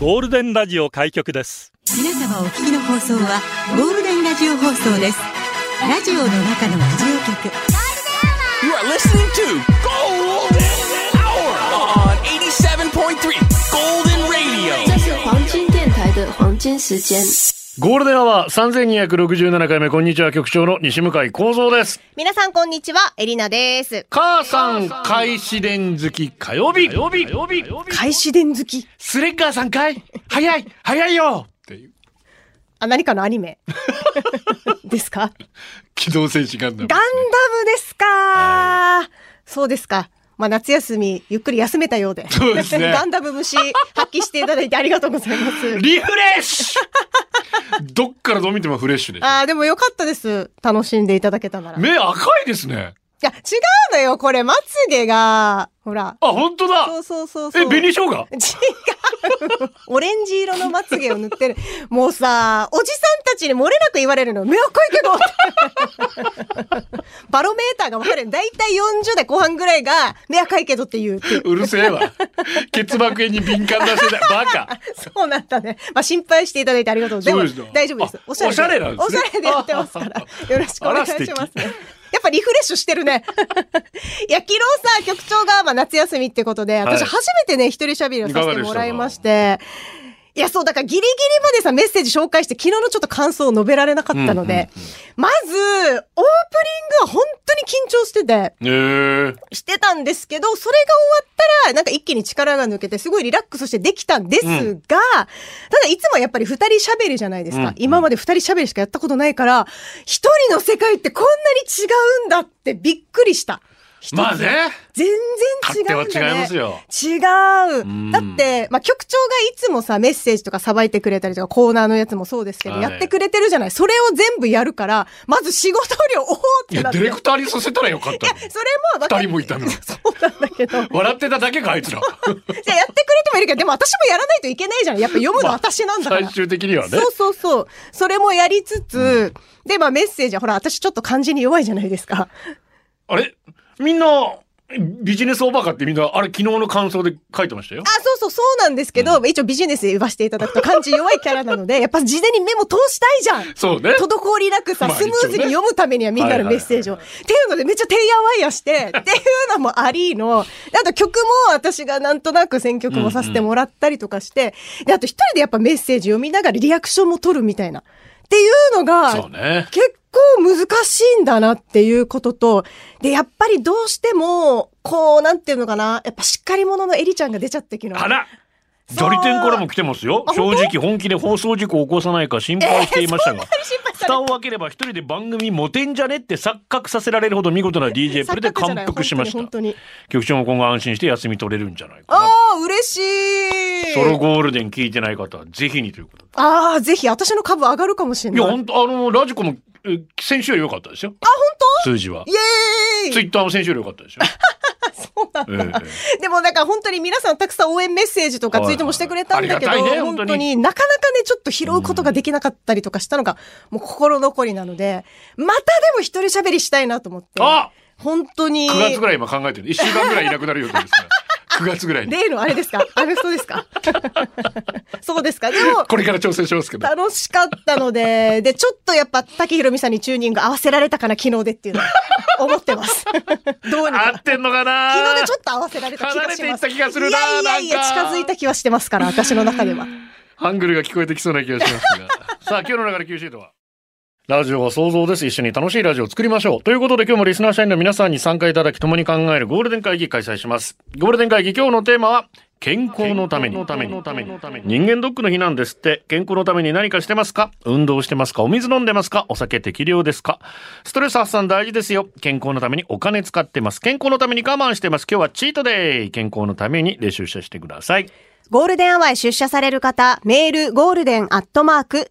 ゴールデンラジオ開局です皆様お聞きの放送はゴールデンラジオ放送ですラジオの中のラジオ局 You are listening to Golden Hour on 87.3 Golden Radio. 这是黄金电台的黄金时间。ゴールデンアワー三千二百六十七回目こんにちは局長の西向井光三です。皆さんこんにちは、エリナです。母さん開始連好き火曜日。火曜日。火曜日。開始伝好き。スレッガーさんかい。早い早いよ。っていうあ、何かのアニメ ですか機動戦士ガンダムでガンダすね。ムですか、そうですか。まあ夏休み、ゆっくり休めたようで。そうですね ガンダム節発揮していただいてありがとうございます。リフレッシュ。どっからどう見てもフレッシュでしょ。ああ、でもよかったです。楽しんでいただけたなら。い目赤いですね。や、違うのよ、これ、まつげが、ほら。あ本当だそ。うそうそうそう。え紅生姜。違う。オレンジ色のまつげを塗ってる。もうさ、おじさんたちに漏れなく言われるの。目は濃いけど。バロメーターが分かる。だいたい40代後半ぐらいが、目は濃いけどって言うっていう。うるせえわ。結膜炎に敏感な世 代。バカ。そうなんだね。まあ、心配していただいてありがとう。そうですもよ大丈夫ですあ。でおしゃれなんですねおしゃれでやってま すから。よろしくお願いしあまら素すね。やっぱリフレッシュしてるね。 いや、昨日さ、局長がまあ夏休みってことで、私はい初めてね、一人喋りをさせてもらいまして、いや、そう、だからギリギリまでさ、メッセージ紹介して、昨日のちょっと感想を述べられなかったので、まず、オープニングは本当に緊張してて、ええ。してたんですけど、それが終わったら、なんか一気に力が抜けて、すごいリラックスしてできたんですが、うんただいつもやっぱり二人喋りじゃないですか。うん今まで二人喋りしかやったことないから、一人の世界ってこんなに違うんだってびっくりした。一つまあね。全然違うんだね。勝手は違いますよ。違うんう。だって、まあ、局長がいつもさ、メッセージとかさばいてくれたりとか、コーナーのやつもそうですけど、はいやってくれてるじゃない。それを全部やるから、まず仕事量、おおっいてやなっデて。ィレクターにさせたらよかったのに。それも分か二人もいたの そうなんだけど。じゃあ笑ってただけかあいつらやってくれてもいるけど、でも私もやらないといけないじゃん。やっぱ読むの私なんだから。最終的にはねそうそうそう。それもやりつつ、で、まあメッセージは、ほら、私ちょっと漢字に弱いじゃないですか。あれみんなビジネスおバカってみんなあれ昨日の感想で書いてましたよあ、そうそう、そうなんですけど、一応ビジネスで言わせていただくと漢字弱いキャラ なので、やっぱ事前にメモ通したいじゃん。そうね滞りなくさ、まあスムーズに読むためにはみんなのメッセージを。はっていうのでめっちゃてんやわんやして、っていうのもありの、であと曲も私がなんとなく選曲もさせてもらったりとかして、で、あと一人でやっぱメッセージ読みながらリアクションも取るみたいな。っていうのそうが、ね結構難しいんだなっていうことと、で、やっぱりどうしても、こう、なんていうのかな、やっぱしっかり者のエリちゃんが出ちゃってきの。あらジャリテンからも来てますよあ正本当直本気で放送事故を起こさないか心配していましたが、心配され蓋を開ければ一人で番組モテんじゃねって錯覚させられるほど見事な DJ プレで錯覚じゃ感ない服しまし本た当に。本当に局長も今後安心して休み取れるんじゃないかなああ、嬉しい。ソロゴールデン聞いてない方はぜひにということでああ、ぜひ、私の株上がるかもしれいやない。本当あのラジコもえ先週より良かったですよあ本当数字はイエツーイイッターも先週より良かったですよ。そうなんだええでも、だから本当に皆さんたくさん応援メッセージとかツイートもしてくれたんだけど、はいはいありがたいね本当になかなかね、ちょっと拾うことができなかったりとかしたのが、もう心残りなので、またでも一人喋りしたいなと思って。あ本当に。 !9 月ぐらい今考えてる。1週間ぐらいいなくなる予定ですから。9月ぐらいに。例のあ れですかアメフトですか そうですかでも、これから調整しますけど。楽しかったので、で、ちょっとやっぱ、竹ひろみさんにチューニング合わせられたかな、昨日でっていうのは、思ってます。 どうに合かっ。てんのかな昨日でちょっと合わせられた気がします。離れていった気がするないやいやいや、なんか近づいた気はしてますから、私の中では。ハングルが聞こえてきそうな気がしますが。さあ、今日の流れ QC とはラジオは想像です。一緒に楽しいラジオを作りましょう。ということで今日もリスナー社員の皆さんに参加いただき共に考えるゴールデン会議開催します。ゴールデン会議今日のテーマは健康のために。人間ドックの日なんですって。健康のために何かしてますか運動してますかお水飲んでますかお酒適量ですかストレス発散大事ですよ。健康のためにお金使ってます。健康のために我慢してます。今日はチートデイ。健康のために練習者してください。ゴールデンアワーへ出社される方、メール、ゴールデンアットマーク、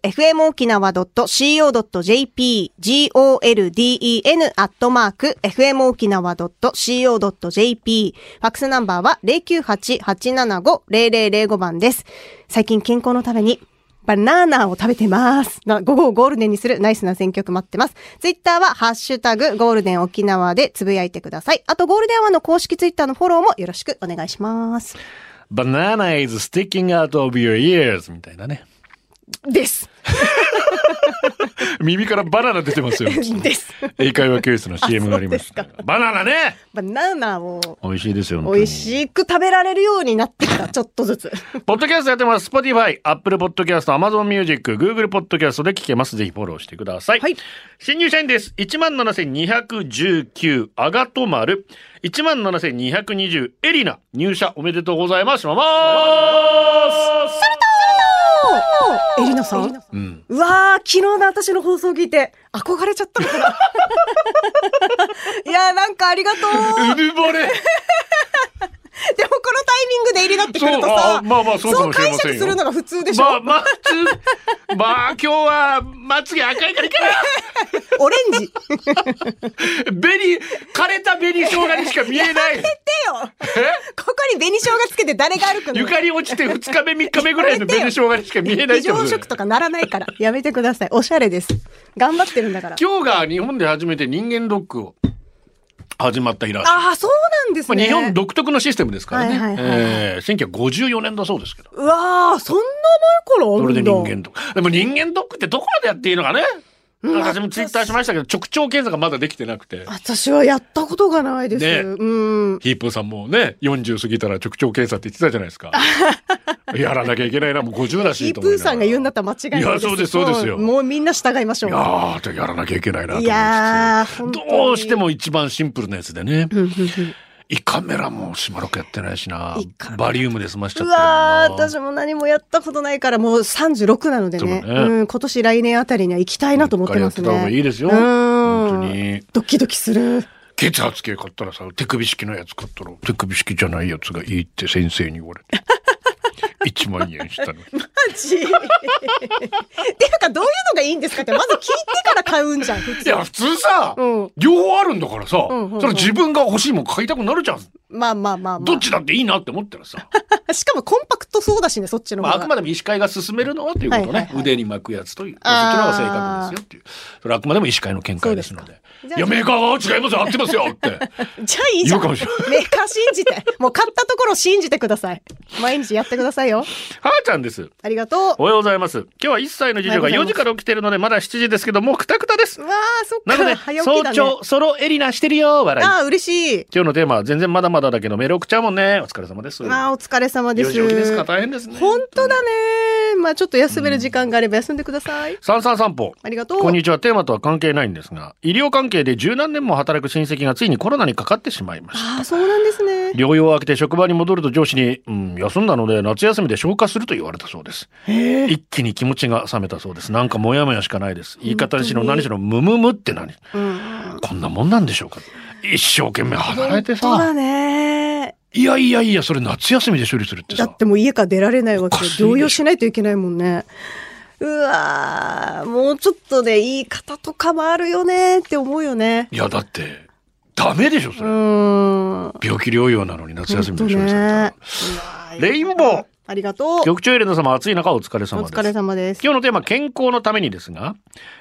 fmokinawa.co.jp、golden アットマーク、fmokinawa.co.jp、ファックスナンバーは098-875-0005番です。最近健康のために、バナナを食べてます。な午後をゴールデンにするナイスな選曲待ってます。ツイッターはハッシュタグゴールデン沖縄でつぶやいてください。あとゴールデンアワーの公式ツイッターのフォローもよろしくお願いします。 banana is sticking out of your ears みたいなね。です。耳からバナナ出て ますよ。 です。英会話教室の CM がありましたあそうで。バナナねバナナを美味しいですよ。本当美に味しく食べられるようになっ てきた。ちょっとずつ。ポッドキャストやってます。Spotify、Apple Podcast、Amazon Music、Google Podcast で聞けます。ぜひフォローしてください。はい新入社員です。17,219、あがと丸。17,220、エリナ。入社おめでとうございます。しまますエリナさんうん。うわー、昨日の私の放送聞いて、憧れちゃったのか ないやー、なんかありがとう。うぬぼれでもこのタイミングで入りだってくるとそうあさ、まあまあそうかもしれませんよそう解釈するのが普通でしょ、まあ、まあ、つまあ、今日は、まつげ赤いからいいかオレンジ。でよなベリー、枯れたベリー生姜にしか見えないここに紅生姜つけて誰が歩くの床に落ちて2日目3日目ぐらいのベリー生姜にしか見えない非ってことだよ常食とかならないから、やめてください。おしゃれです。頑張ってるんだから。今日が日本で初めて人間ドックを始まった日らしい。ああ、そうなんですまあ、ね。日本独特のシステムですからね。はいはいはいはいえー1954年だそうですけど。うわー、そんな前からあるんだ。それで人間ドック。でも人間ドックってどこまでやっていいのかね、うん私もツイッターしましたけど、直腸検査がまだできてなくて。私はやったことがないです。ねうん。ヒープーさんもね、40過ぎたら直腸検査って言ってたじゃない ですか。やらなきゃいけないな、もう50だキしーとプ思いーながら。さんが言うんだったら間違いないです。いやそうですそうですよもうみんな従いましょう。いやー、やらなきゃいけないなと思いいやつつー本当にどうしても一番シンプルなやつでね。うんうんうん胃カメラもしばらくやってないしな胃カメラバリウムで済ましちゃっうてるもんなわー、私も何もやったことないから、もう36なのでね。そううねん、今年来年あたりには行きたいなと思ってます一回やってた方がね。いいですようん本当にドキドキする。血圧計買ったらさ手首式のやつ買ったら手首式じゃないやつがいいって先生に言われ て1万円したのマジ っていうか、どういうのがいいんですかって、まず聞いてから買うんじゃん、普い通。や普通さ、うん両方あるんだからさ、うんうんうんそれ自分が欲しいもん買いたくなるじゃん、まあまあまあまどっあ。ちだっていいなって思ったら さ、しかもコンパクトそうだしね、そっちのま方あ、あが。くまでも医師会が勧めるのはということね、はいはいはい腕に巻くやつというそっちのあー方が正確ですよっていうそれはあくまでも医師会の見解ですのでうですかじゃあいやメーカーが違いますよ合ってますよ ってじゃあいいじゃん。言メうかもしーれカー信じて。もう買ったところを信じてください。毎日やってくださいよ。はーちゃんですありがとう。おはようございます。今日は1歳の次女がおはよう4ご時ざいますから起きてるのでまだ7時ですけど、もうくたくたですう。わあ、そっなか。ので、 早起きだ早ね。朝、ソロエリナしてるよ、笑い。ああ、嬉しい。今日のテーマは全然まだまだだけどメール送っちゃうもんね。お疲れ様です。ああ、お疲れ様です。 4時起きですか大変ですね。本当だね。まあちょっと休める時間があれば休んでください。三三散歩。ありがとう。こんにちは。テーマとは関係ないんですが、医療関係で十何年も働く親戚がついにコロナにかかってしまいました。ああ、そうなんですね。療養を明けて職場に戻ると上司に、うん、休んだので夏休みで消化すると言われたそうです。一気に気持ちが冷めたそうです。なんかモヤモヤしかないです。言い方にしろ何しろムムムって何こんなもんなんでしょうか一生懸命働いてそうださ、ね。いやいやいや、それ夏休みで処理するってださっ。てもう家から出られないわけおかでしいでしょ療養しないといけないもんね。うわーもうちょっとね、言い方とかもあるよねって思うよね。いや、だって、ダメでしょ、そうれ。ーん。病気療養なのに夏休みで処理ほんすとるねって。レインボーありがとう。局長エレナ様、暑い中お疲れお様です。疲れ様です。今日のテーマ健康のためにですが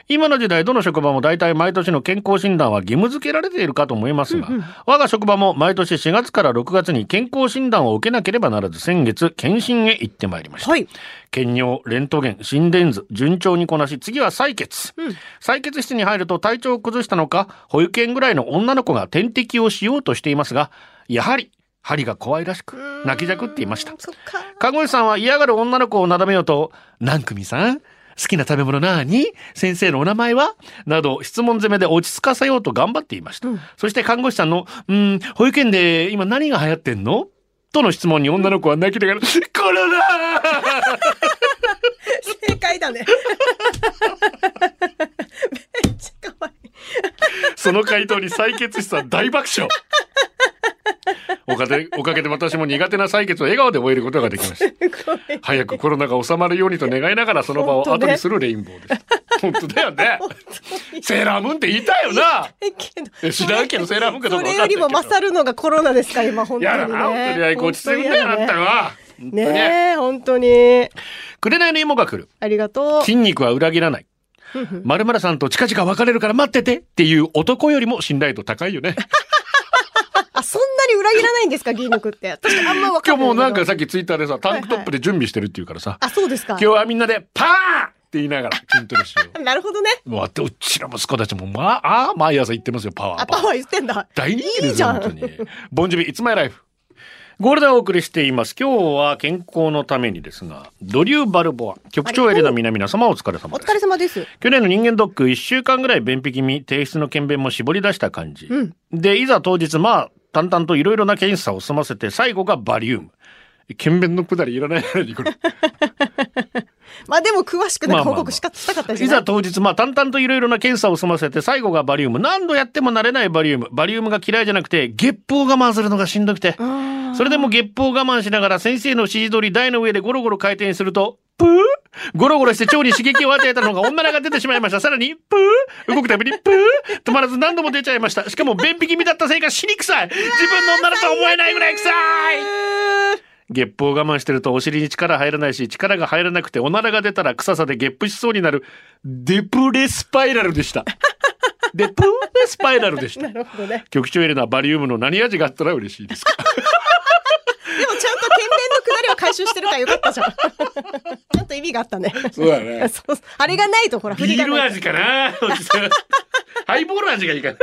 今の時代どの職場も大体毎年の健康診断は義務付けられているかと思いますが、我が職場も毎年4月から6月に健康診断を受けなければならず先月検診へ行ってまいりました、はい。検尿レントゲン心電図順調にこなし次は採血、うん採血室に入ると体調を崩したのか保育園ぐらいの女の子が点滴をしようとしていますがやはり針が怖いらしく泣きじゃくっていましたそっか。看護師さんは嫌がる女の子をなだめようと、何組さん好きな食べ物なーに先生のお名前はなど質問攻めで落ち着かせようと頑張っていました。そして看護師さんの、うん、保育園で今何が流行ってんのとの質問に女の子は泣きながら、コロナ 正解だね。めっちゃ可愛い。その回答に採血師さん大爆笑。おかげおかげで私も苦手な採血を笑顔で終えることができました。早くコロナが収まるようにと願いながらその場を後にするレインボーです。本当だよね。セーラームーンって言いたいよな。けどえ知らんけどセーラームーンかどうそか分かんれよないけりども勝るのがコロナですから今本当にやだね。な、本当にあいこ落ち着いてんだよ、あんた本は。ねえ、本当に。紅の芋が来る。ありがとう。筋肉は裏切らない。まるさんと近々別れるから待っててっていう男よりも信頼度高いよ ね。あ、そんなに裏切らないんですか、牛肉って。私あんま分か今ん日ない。もうなんかさっっきツイッターでさ、タンクトップで準備してるっていうからさ、あ、そうですか。今日はみんなでパーって言いながら筋トレしよ なるほどね。う。もうあって、うちの息子たちも、まあ、あー毎朝言ってますよ、パワーあ、パワー言ってんだ。大人気いでいすじよゃん本当に。ボンジュビ、It's My Life。ゴールデンをお送りしています。今日は健康のためにですが、ドリュー・バルボア、局長エレナ皆々様お疲れ様おで疲れす。様です。去年の人間ドック1週間ぐらい便秘気味、提出の検便も絞り出した感じ。うん。で、いざ当日、まあ、淡々といろいろな検査を済ませて、最後がバリウム。検便のくだりいらないのにこれ。まあでも詳しくなんまあかまあまあ報告しかしたかったじいゃなざい当日、まあ、淡々といろいろな検査を済ませて、最後がバリウム。何度やっても慣れないバリウム。バリウムが嫌いじゃなくて、月報を我慢するのがしんどくて。あーそれでも月報を我慢しながら先生の指示通り台の上でゴロゴロ回転すると、プーゴロゴロして腸に刺激を与えたのが女が出てしまいました。さらに、プー動くたびにプー止まらず何度も出ちゃいました。しかも便秘気味だったせいか死に臭い自分の女だとは思えないぐらい臭い月報を我慢してるとお尻に力入らないし、力が入らなくておならが出たら臭さでゲップしそうになるデプレスパイラルで した。デプレスパイラルでしたな。るほどね。局長エレナバリウムの何味があったら嬉しいですか でもちゃんと検便のくだりは回収してるからよかった じゃん。ちゃんと意味があったね。そうだね そうそうあれがないとほら、振ビりーがルない味かなハイボール味がいいかな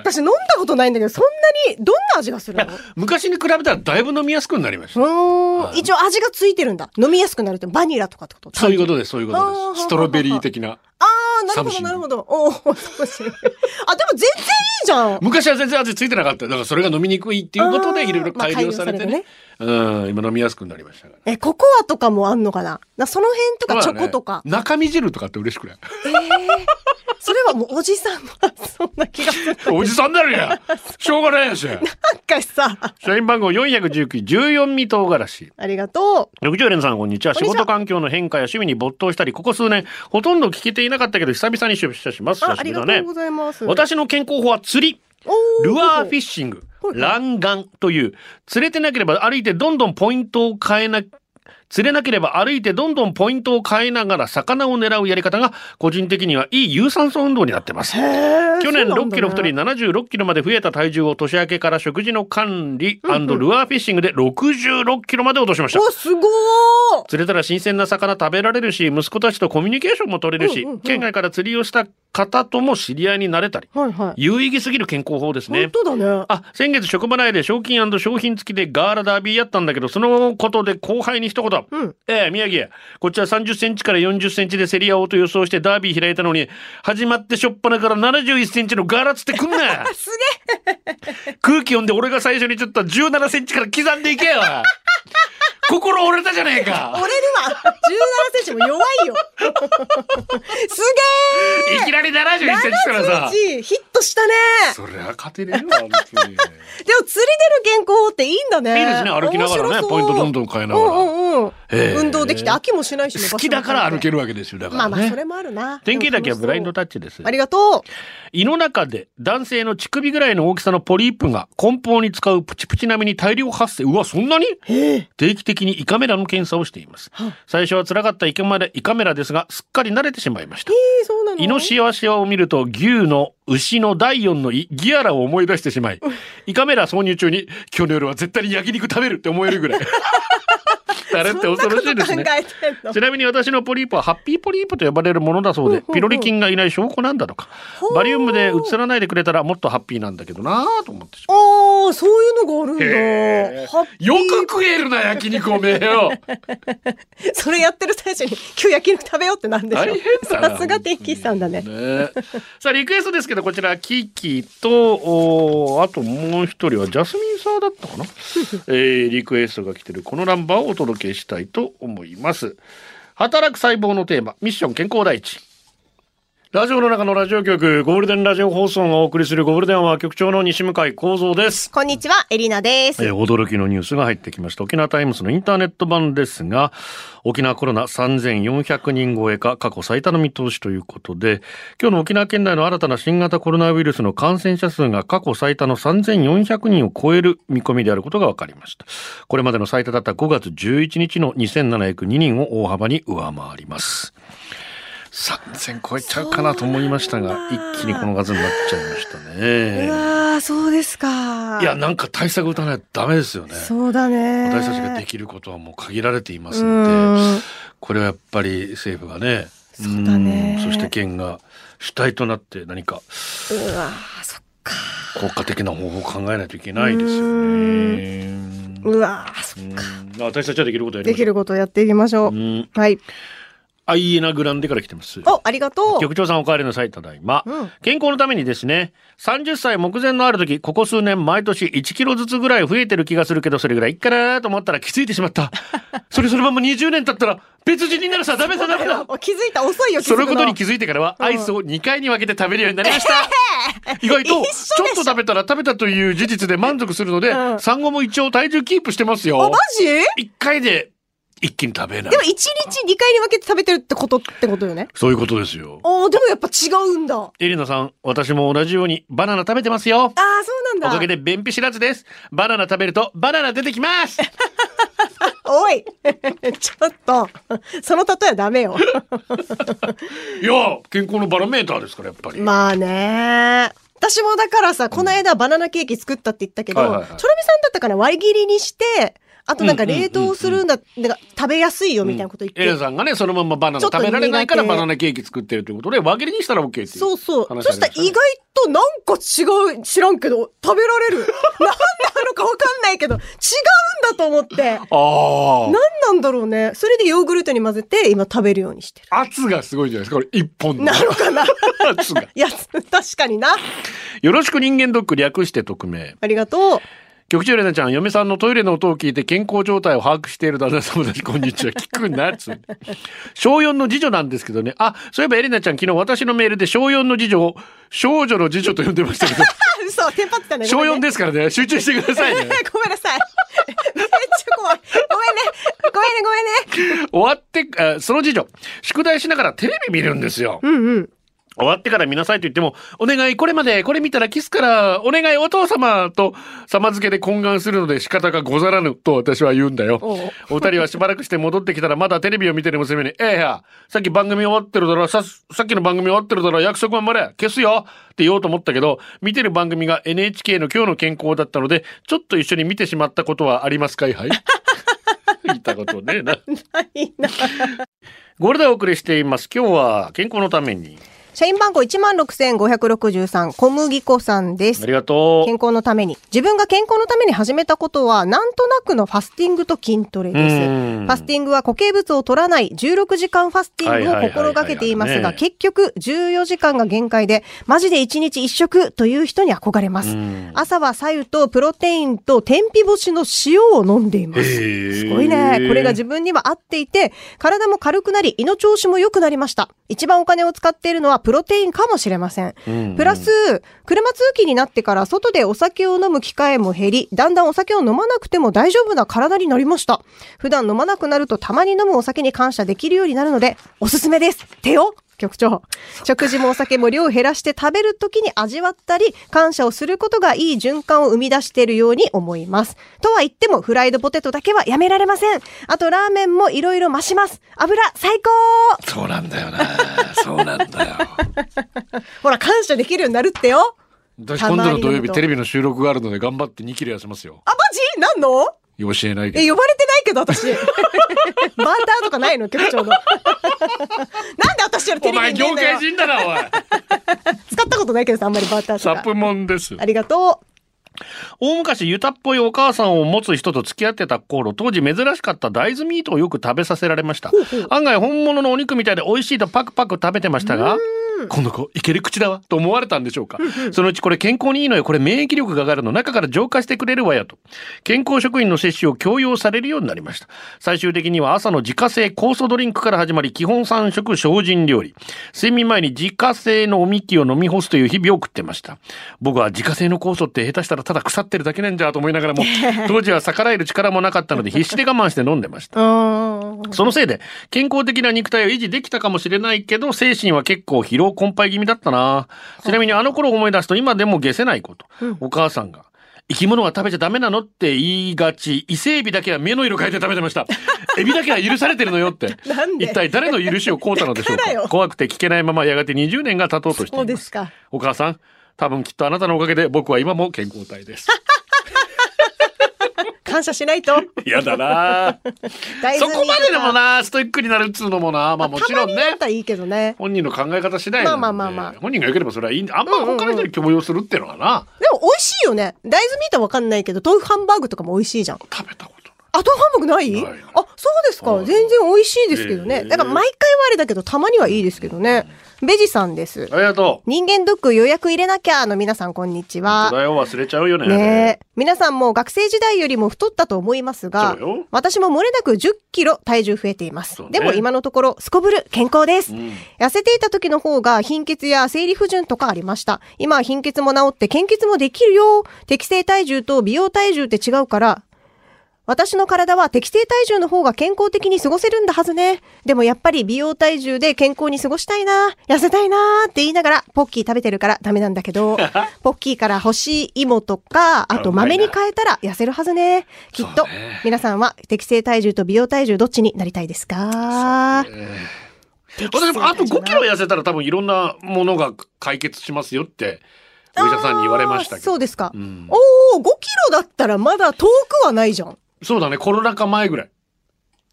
私飲んだことないんだけど、そんなに、どんな味がする の昔に比べたらだいぶ飲みやすくなりました。うーん。一応味がついてるんだ。飲みやすくなるってバニラとかってことそういうことです、そういうことあーです。ストロベリー的な。ああ、なるほサムシど、ンなるほど。おお、そうしい。あ、でも全然いいじゃん。昔は全然味ついてなかった。だからそれが飲みにくいっていうことあでーいろいろ改良されてね。うん、今飲みやすくなりましたから。え、ココアとかもあんのかななその辺とかチョコとか。まあね中身汁とかって嬉しくない それはもうおじさんの発想な気がする。おじさんだろやしょうがないやし。なんかさ、社員番号419、14味唐辛子。ありがと六条連さん、こんにちは。こ仕んにちは事環境の変化や趣味に没頭したり、ここ数年、ほとんど聞けていなかったけど、久々に出社します。う。久、あしあぶりりがだとねう。ございます。私の健康法は釣り。おー、ルアーフィッシシングほう、ほう欄岩という、釣れてなければ歩いてどんどんポイントを変えな、釣れなければ歩いてどんどんポイントを変えながら魚を狙うやり方が、個人的にはいい有酸素運動になってます。去年6キロ太り76キロまで増えた体重を年明けから食事の管理ルアーフィッシングで66キロまで落としました。お、すごー釣れたら新鮮な魚食べられるし息子たちとコミュニケーションも取れるし、うんうんうん県外から釣りをした方とも知り合いになれたりはいはい。有意義すぎる健康法ですね本。当だね。あ、先月職場内で賞金商品付きでガーラダービーやったんだけど、そのことで後輩に一言。うんええ宮城、こっちは30センチから40センチで競り合おうと予想してダービー開いたのに、始まってしょっぱなから71センチのガーラつってくんな すげえ空気読んで俺が最初にちょっと17センチから刻んでいけよ心折れたじゃねえ折かれるわ。17センチも 弱いよ。すいきなり71センチからげーさ !17。センチヒットしたねそれは勝てねえわ、本当に。でも釣り出る健康っていいんだね。いいですね、歩きながらね、ポイントどんどん変えながうら。んうんうんええ運動できて飽きもしないしね好きだから歩けるるわけですよ、だかまらあね。まあそれもあるな典型だけはブラインドだタッチです。ありがと胃の中で男性の乳首ぐらいの大きさのポリープが梱包に使うプチプチ並みに大量発生。うわ、そんなに定期的に胃カメラの検査をしています。最初は辛かった胃カメラ胃カメラですが、すっかり慣れてしまいましたう。ええそうなの胃の幸せを見ると牛の牛の第4の胃ギアラを思い出してしまい胃カメラ挿入中に今日の夜は絶対に焼肉食べるって思える ぐらいあれって恐ろしいですねそんなこと考えてんのちなみに私のポリープはハッピーポリープと呼ばれるものだそうで、ほうほうピロリ菌がいない証拠なんだとかほうバリウムでうつらないでくれたらもっとハッピーなんだけどなぁと思ってしまああそういうのがあるんうへだハッーピーよく食えるな焼肉おめえよ それやってる最初に今日焼肉食べようってなんでしょ大変だなさすが天気さんだねねさあリクエストですけどこちらキキとおーあともう一人はジャスミンさんだった かな、えーリクエストが来てるこのナンバーをお届けしたいと思います働く細胞のテーマミッション健康第一ラジオの中のラジオ局、ゴールデンラジオ放送がお送りするゴールデンは局長の西向井幸三です。こんにちは、エリナです。えー驚きのニュースが入ってきました。沖縄タイムスのインターネット版ですが、沖縄コロナ3400人超えか過去最多の見通しということで、今日の沖縄県内の新たな新型コロナウイルスの感染者数が過去最多の3400人を超える見込みであることが分かりました。これまでの最多だった5月11日の2702人を大幅に上回ります。3000超えちゃうかなと思いましたが、一気にこの数になっちゃいましたうね。わー、そうですか。いや、なんか対策打たないとダメですよね。そうだね。私たちができることはもう限られていますうのんで、これはやっぱり政府がね、そうだねうんそして県が主体となって何かうわー、そっか。効果的な方法を考えないといけないですよね。うんうわー、そっか。私たちはできることはやりでましきょうることをやっていきましょうう。んはい。アイエナグランデから来てます。お、ありがとう。局長さんお帰りなさい、ただいま。うん健康のためにですね、30歳目前のある時、ここ数年毎年1キロずつぐらい増えてる気がするけど、それぐらいいっかなと思ったら気づいてしま った。それそのまま20年経ったら別人になるさ、ダメだダメだお気づいた、遅いよ、気づそくのことに気づいてからは、アイスを2回に分けて食べるようになりま した。意外と、ちょ一緒でしょっと食べたら食べたという事実で満足するので、うん産後も一応体重キープしてますあ、よマ。ジで1回で一気に食べないも。一日二回に分けて食べてるってことってことよね。そういうことですよ。おー、でもやっぱ違うんだ。あエリナさん、私も同じようにバナナ食べてますよ。ー、そうなおんだ。かげで便秘知らずです。バナナ食べるとバナナ出てきます。おい ちょっと、 その例えはダメよ。いや、健康のバロメーターですから、やっぱり。まあね。私もだからさ、この間バナナケーキ作ったって言ったけど、はいはいはいチョロミさんだったかな割り切りにして、あとなんか冷凍するんだ、なんか食べやすいよみたいなこと言って。エリナさんがね、そのまんまバナナ食べられないからちょっとバ苦手ナナケーキ作ってるということで、輪切りにしたら OK っていう。そうそう。話そあしりたまらし意外となんか違う、知らんけど、食べられる。なんなのかわかんないけど、違うんだと思って。あ何なんだろうね。それでヨーグルトに混ぜて今食べるようにしてる。あ。圧がすごいじゃないですか、これ、一本の。なのかな圧が。 いや、確かにな。よろしく人間ドック略して匿名。ありがとう。局長エレナちゃん、嫁さんのトイレの音を聞いて健康状態を把握している旦那様だし、こんにちは。聞くな、つって小4の次女なんですけどね。あ、そういえばエレナちゃん、昨日私のメールで小4の次女を少女の次女と呼んでましたけ ど、あ嘘、テンパってたね。小4で。ですからね、集中してくだ さい ね。ごめんなさい。めっちゃ怖い。ごめんね。ごめんね、ごめんね。終わって、あその次女、宿題しながらテレビ見るんですよ。終わってから見なさいと言っても、お願いこれまで、これ見たらキスから、お願いお父様と、様付けで懇願するので仕方がござらぬと私は言うんだよ。おうお二人はしばらくして戻ってきたらまだテレビを見てる娘に、ええや、さっき番組終わってるだろ、さ、さっきの番組終わってるだろ、約束守れ、消すよって言おうと思ったけど、見てる番組が NHK の今日の健康だったので、ちょっと一緒に見てしまったことはありますかい はい。言ったことねえな。 ないな。ゴールデンをお送りしています。今日は健康のために。社員番号16,563、小麦粉さんですあ。りがと健う。康のために。自分が健康のために始めたことは、なんとなくのファスティングと筋トレでうすん。ファスティングは固形物を取らない16時間ファスティングを心がけていまはすいはいはいはいが、ね結局14時間が限界で、マジで1日1食という人に憧れますん。朝は白湯とプロテインと天日干しの塩を飲んでいます。へーすごいね。これが自分には合っていて、体も軽くなり、胃の調子も良くなりました。一番お金を使っているのはプロテインかもしれません。プラス、車通勤になってから外でお酒を飲む機会も減り、だんだんお酒を飲まなくても大丈夫な体になりました。普段飲まなくなるとたまに飲むお酒に感謝できるようになるので、おすすめです。手よ局長。食事もお酒も量を減らして食べるときに味わったり、感謝をすることがいい循環を生み出しているように思います。とは言っても、フライドポテトだけはやめられません。あと、ラーメンもいろいろ増します。油、最高そうなんだよ な。そうなんだよ。ほら、感謝できるようになるってよ私た今ま度のに土曜日とテレビの収録があるので頑張って2キロ痩せますよ。あ、マジなんの教えないけえ、ど。呼ばれてないけ ど、私。バンダーとかないの局長の。なんで私よりテおレビ前に出ん業だよ界。人だな、おい。使ったことないけどさ、あんまりバンダーとサかプ。モンですあ。りがとう。大昔ユタっぽいお母さんを持つ人と付き合ってた頃当時珍しかった大豆ミートをよく食べさせられました案外本物のお肉みたいで美味しいとパクパク食べてましたがこの子いける口だわと思われたんでしょうかそのうちこれ健康にいいのよこれ免疫力が上がるの中から浄化してくれるわよと健康職員の摂取を強要されるようになりました最終的には朝の自家製酵素ドリンクから始まり基本3食精進料理睡眠前に自家製のおみきを飲み干すという日々を送ってました僕は自家製の酵素って下手したらただ腐ってるだけなんじゃと思いながらも当時は逆らえる力もなかったので必死で我慢して飲んでましたうん。そのせいで健康的な肉体を維持できたかもしれないけど精神は結構疲労困憊気味だったなちなみにあの頃思い出すと今でも下せないこと、お母さんが生き物は食べちゃダメなのって言いがち伊勢エビだけは目の色変えて食べてました エビだけは許されてるのよってなんで一体誰の許しを請うたのでしょうだからかよ怖くて聞けないままやがて20年が経とうとしていそうでますか。お母さん多分きっとあなたのおかげで僕は今も健康体です感謝しな いと。やだ な大そ豆ミートこまででもなストイックになるっつうのもなまあもちろんねたまにだったらいいけどね。本人の考え方次第なんでまあまあまあまあ本人が良ければそれはいいんあんま他の人に強要するっていうのはな、でも美味しいよね。大豆ミートわかんないけど、豆腐ハンバーグとかも美味しいじゃん。あ、食べたことない豆腐ハンバーグないないあ、そうですはか。い全然美味しいですけどへえね。だから毎回はあれだけど、たまにはいいですけどね。ベジさんです。ありがとう人間ドック予約入れなきゃの皆さん、こんにちはそ。れを忘れちゃうよねねえ。皆さんも学生時代よりも太ったと思いますがそうよ、私も漏れなく10キロ体重増えています。そうねでも今のところ、すこぶる健康です。ん痩せていた時の方が貧血や生理不順とかありました。今は貧血も治って献血もできるよ。適正体重と美容体重って違うから、私の体は適正体重の方が健康的に過ごせるんだはずね。でもやっぱり美容体重で健康に過ごしたいな、痩せたいなって言いながらポッキー食べてるからダメなんだ けど、ポッキーから干し芋とか、あと豆に変えたら痩せるはずね。きっと、皆さんは適正体重と美容体重どっちになりたいですか、適正私もあと体重5なキロ痩せたら多分いろんなものが解決しますよってお医者さんに言われましたけあーそどうですか。うんおお、5キロだったらまだ遠くはないじゃん。そうだねコロナ禍前ぐらい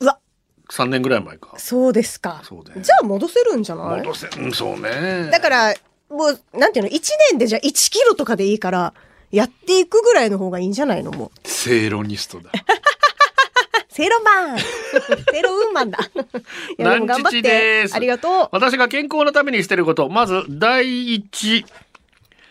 うわ3年ぐらい前かそうですか。そうだよじゃあ戻せるんじゃない戻せうんそうねだから、もう、なんていうの、1年でじゃあ1キロとかでいいから、やっていくぐらいの方がいいんじゃないのもう。正論ニストだセイロ ンマンセイロウーマンだ。いや、でも頑張ナンチチっでて。すありがとう。私が健康のためにしてることまず第一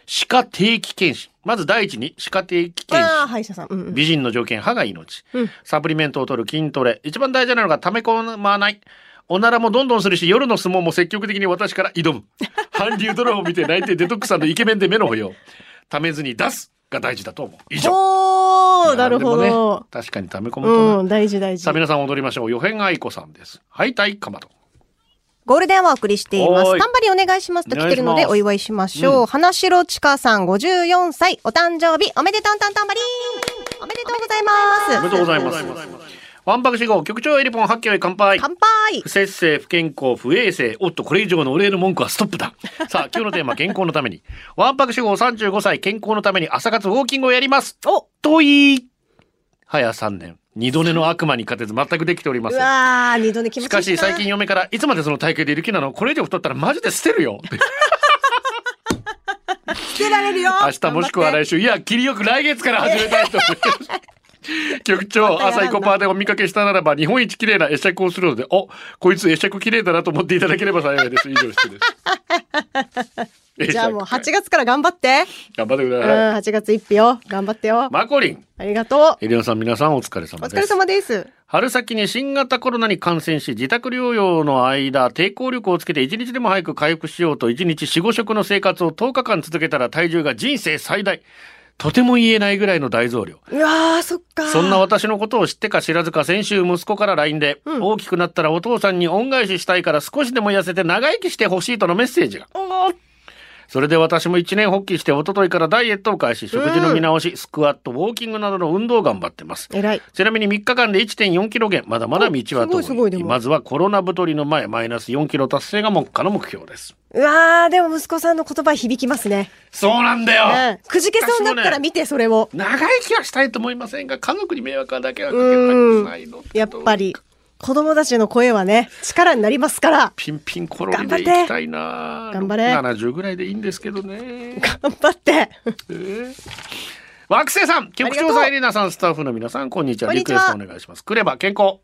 歯科定期検診まず第一に歯科定期検ああ、診歯医者さん。うんうん。美人の条件歯が命、うんサプリメントを取る筋トレ一番大事なのが溜め込まないおならもどんどんするし夜の相撲も積極的に私から挑む韓流ドラマを見て泣いてデトックさんのイケメンで目の保養溜めずに出すが大事だと思う以上おー、なるほんでもねど。確かに溜め込むとな、うん、大事大事さあ。皆さん踊りましょう予変愛子さんですはいたいかまどゴールデンはお送りしていまおーす。いタンバリンお願いしますと来てるおの願いしまですお祝いしましょう。花城千佳さん54歳、お誕生日おめでとうタンタンバリンおめでとうございます。おめでとうございますワンパク四号局長エリポン八キロへ乾杯乾杯不節制、不健康、不衛生。おっと、これ以上のお礼の文句はストップ だ。さあ、今日のテーマ、健康のために。ワンパク主語35歳、健康のために朝活ウォーキングをやります。おといい。早3年。二度寝の悪魔に勝てず全くできておりまうせん。わー、二度寝気持ちいしいなかし、最近。嫁から、いつまでその体型でいる気なのこれ以上太ったらマジで捨てるよ。つけられるよ明日もしくは来週、いや、切りよく来月から始めたいと思います。局長、朝イコパーでお見かけしたならば、日本一綺麗な会釈をするので、お、こいつ会釈綺麗だなと思っていただければ幸いです。以上失礼です。 じゃあもう会釈8月から頑張って。頑張ってくうん、ださい。 8月1日よ。頑張ってよ。マコリン、ありがとエリオンさん皆さんお疲れう。お様疲でれす。様です。春先に新型コロナに感染し、自宅療養の間、抵抗力をつけて一日でも早く回復しようと、一日4、5食の生活を10日間続けたら体重が人生最大。とても言えないぐらいの大増量。うわー、そっか。そんな私のことを知ってか知らずか先週息子から LINE で、うん大きくなったらお父さんに恩返ししたいから少しでも痩せて長生きしてほしいとのメッセージが。それで私も一年発起して一昨日からダイエットを開始、食事の見直し、スクワット、ウォーキングなどの運動を頑張ってます。偉い。ちなみに3日間で1.4キロ減、まだまだ道はおすごいすご遠いい。でもまずはコロナ太りの前、マイナス4キロ達成が目下の目標です。うわー、でも息子さんの言葉響きますね。そうなんだよ、うん。くじけそうになったら見て、それを。長生きはしたいと思いませんが、家族に迷惑はだけはかけうんたくないの。やっぱり、子供たちの声はね、力になりますから、ピンピンコロリでいきたいな頑張れ70ぐらいでいいんですけどね、頑張って。えー惑星さん、局長さん、エリナさん、スタッフの皆さん、こんにちは。こんリにクちはエストお願いします。くれば健康。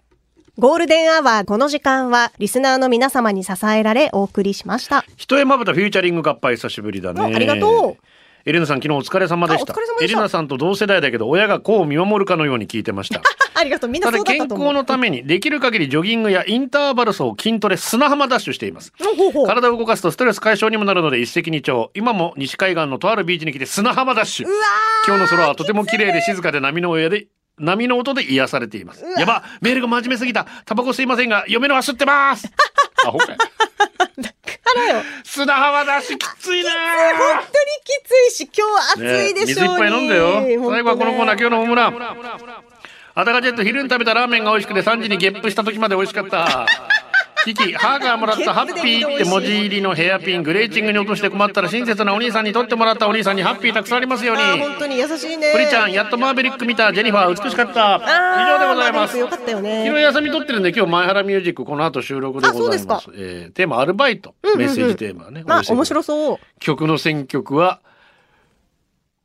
ゴールデンアワー、この時間は、リスナーの皆様に支えられお送りしました。一重まぶたフューチャリング合杯久しぶりだね。あありがとう。エリナさん昨日お疲れ様でしたあお疲れ様でしたエリナさんと同世代だけど親が子を見守るかのように聞いてま したありがとう。みんなただそうだっ健たと思康う。のためにできる限りジョギングやインターバル走筋トレ砂浜ダッシュしていますの方法。体を動かすとストレス解消にもなるので一石二鳥今も西海岸のとあるビーチに来て砂浜ダッシュうわ今日の空はとても綺麗で静かで波の親で波の音で癒されていますやばメールが真面目すぎたタバコ吸いませんが嫁のは吸ってます あほかよーからよ。砂浜ダッシュきついな本当にきついし、今日は暑いねでしょうに水いっぱい飲んだよ最後はこのコーナー今日。日のホームランあたかジェット昼に食べたラーメンが美味しくて3時にゲップした時まで美味しかったキキ母がもらったハッピーって文字入りのヘアピングレーチングに落として困ったら親切なお兄さんに取ってもらったお兄さんにハッピーたくさんありますようにあー本当に優しいね。プリちゃんやっとマーベリック見たジェニファー美しかった以上でございますよかったよ昨日ね。休み取ってるんで今日前原ミュージックこの後収録でございまあすそえーテーマアルバイト、うんうんメッセージテーマはねまあ、面白そう。曲の選曲は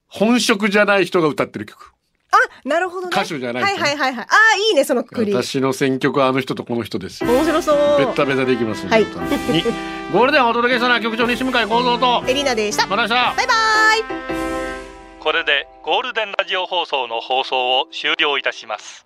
本職じゃない人が歌ってる曲あ、なるほどね。歌手じゃないはいはいはいはい。ああ、いいね、そのくり。面私の選曲はあの人とこの人ですベ白そう。ッタベタでいきますね、はい本当ににゴールデンをお届けしたのは局長西向井幸三 とエリナでした。また明日バイバイ。これでゴールデンラジオ放送の放送を終了いたします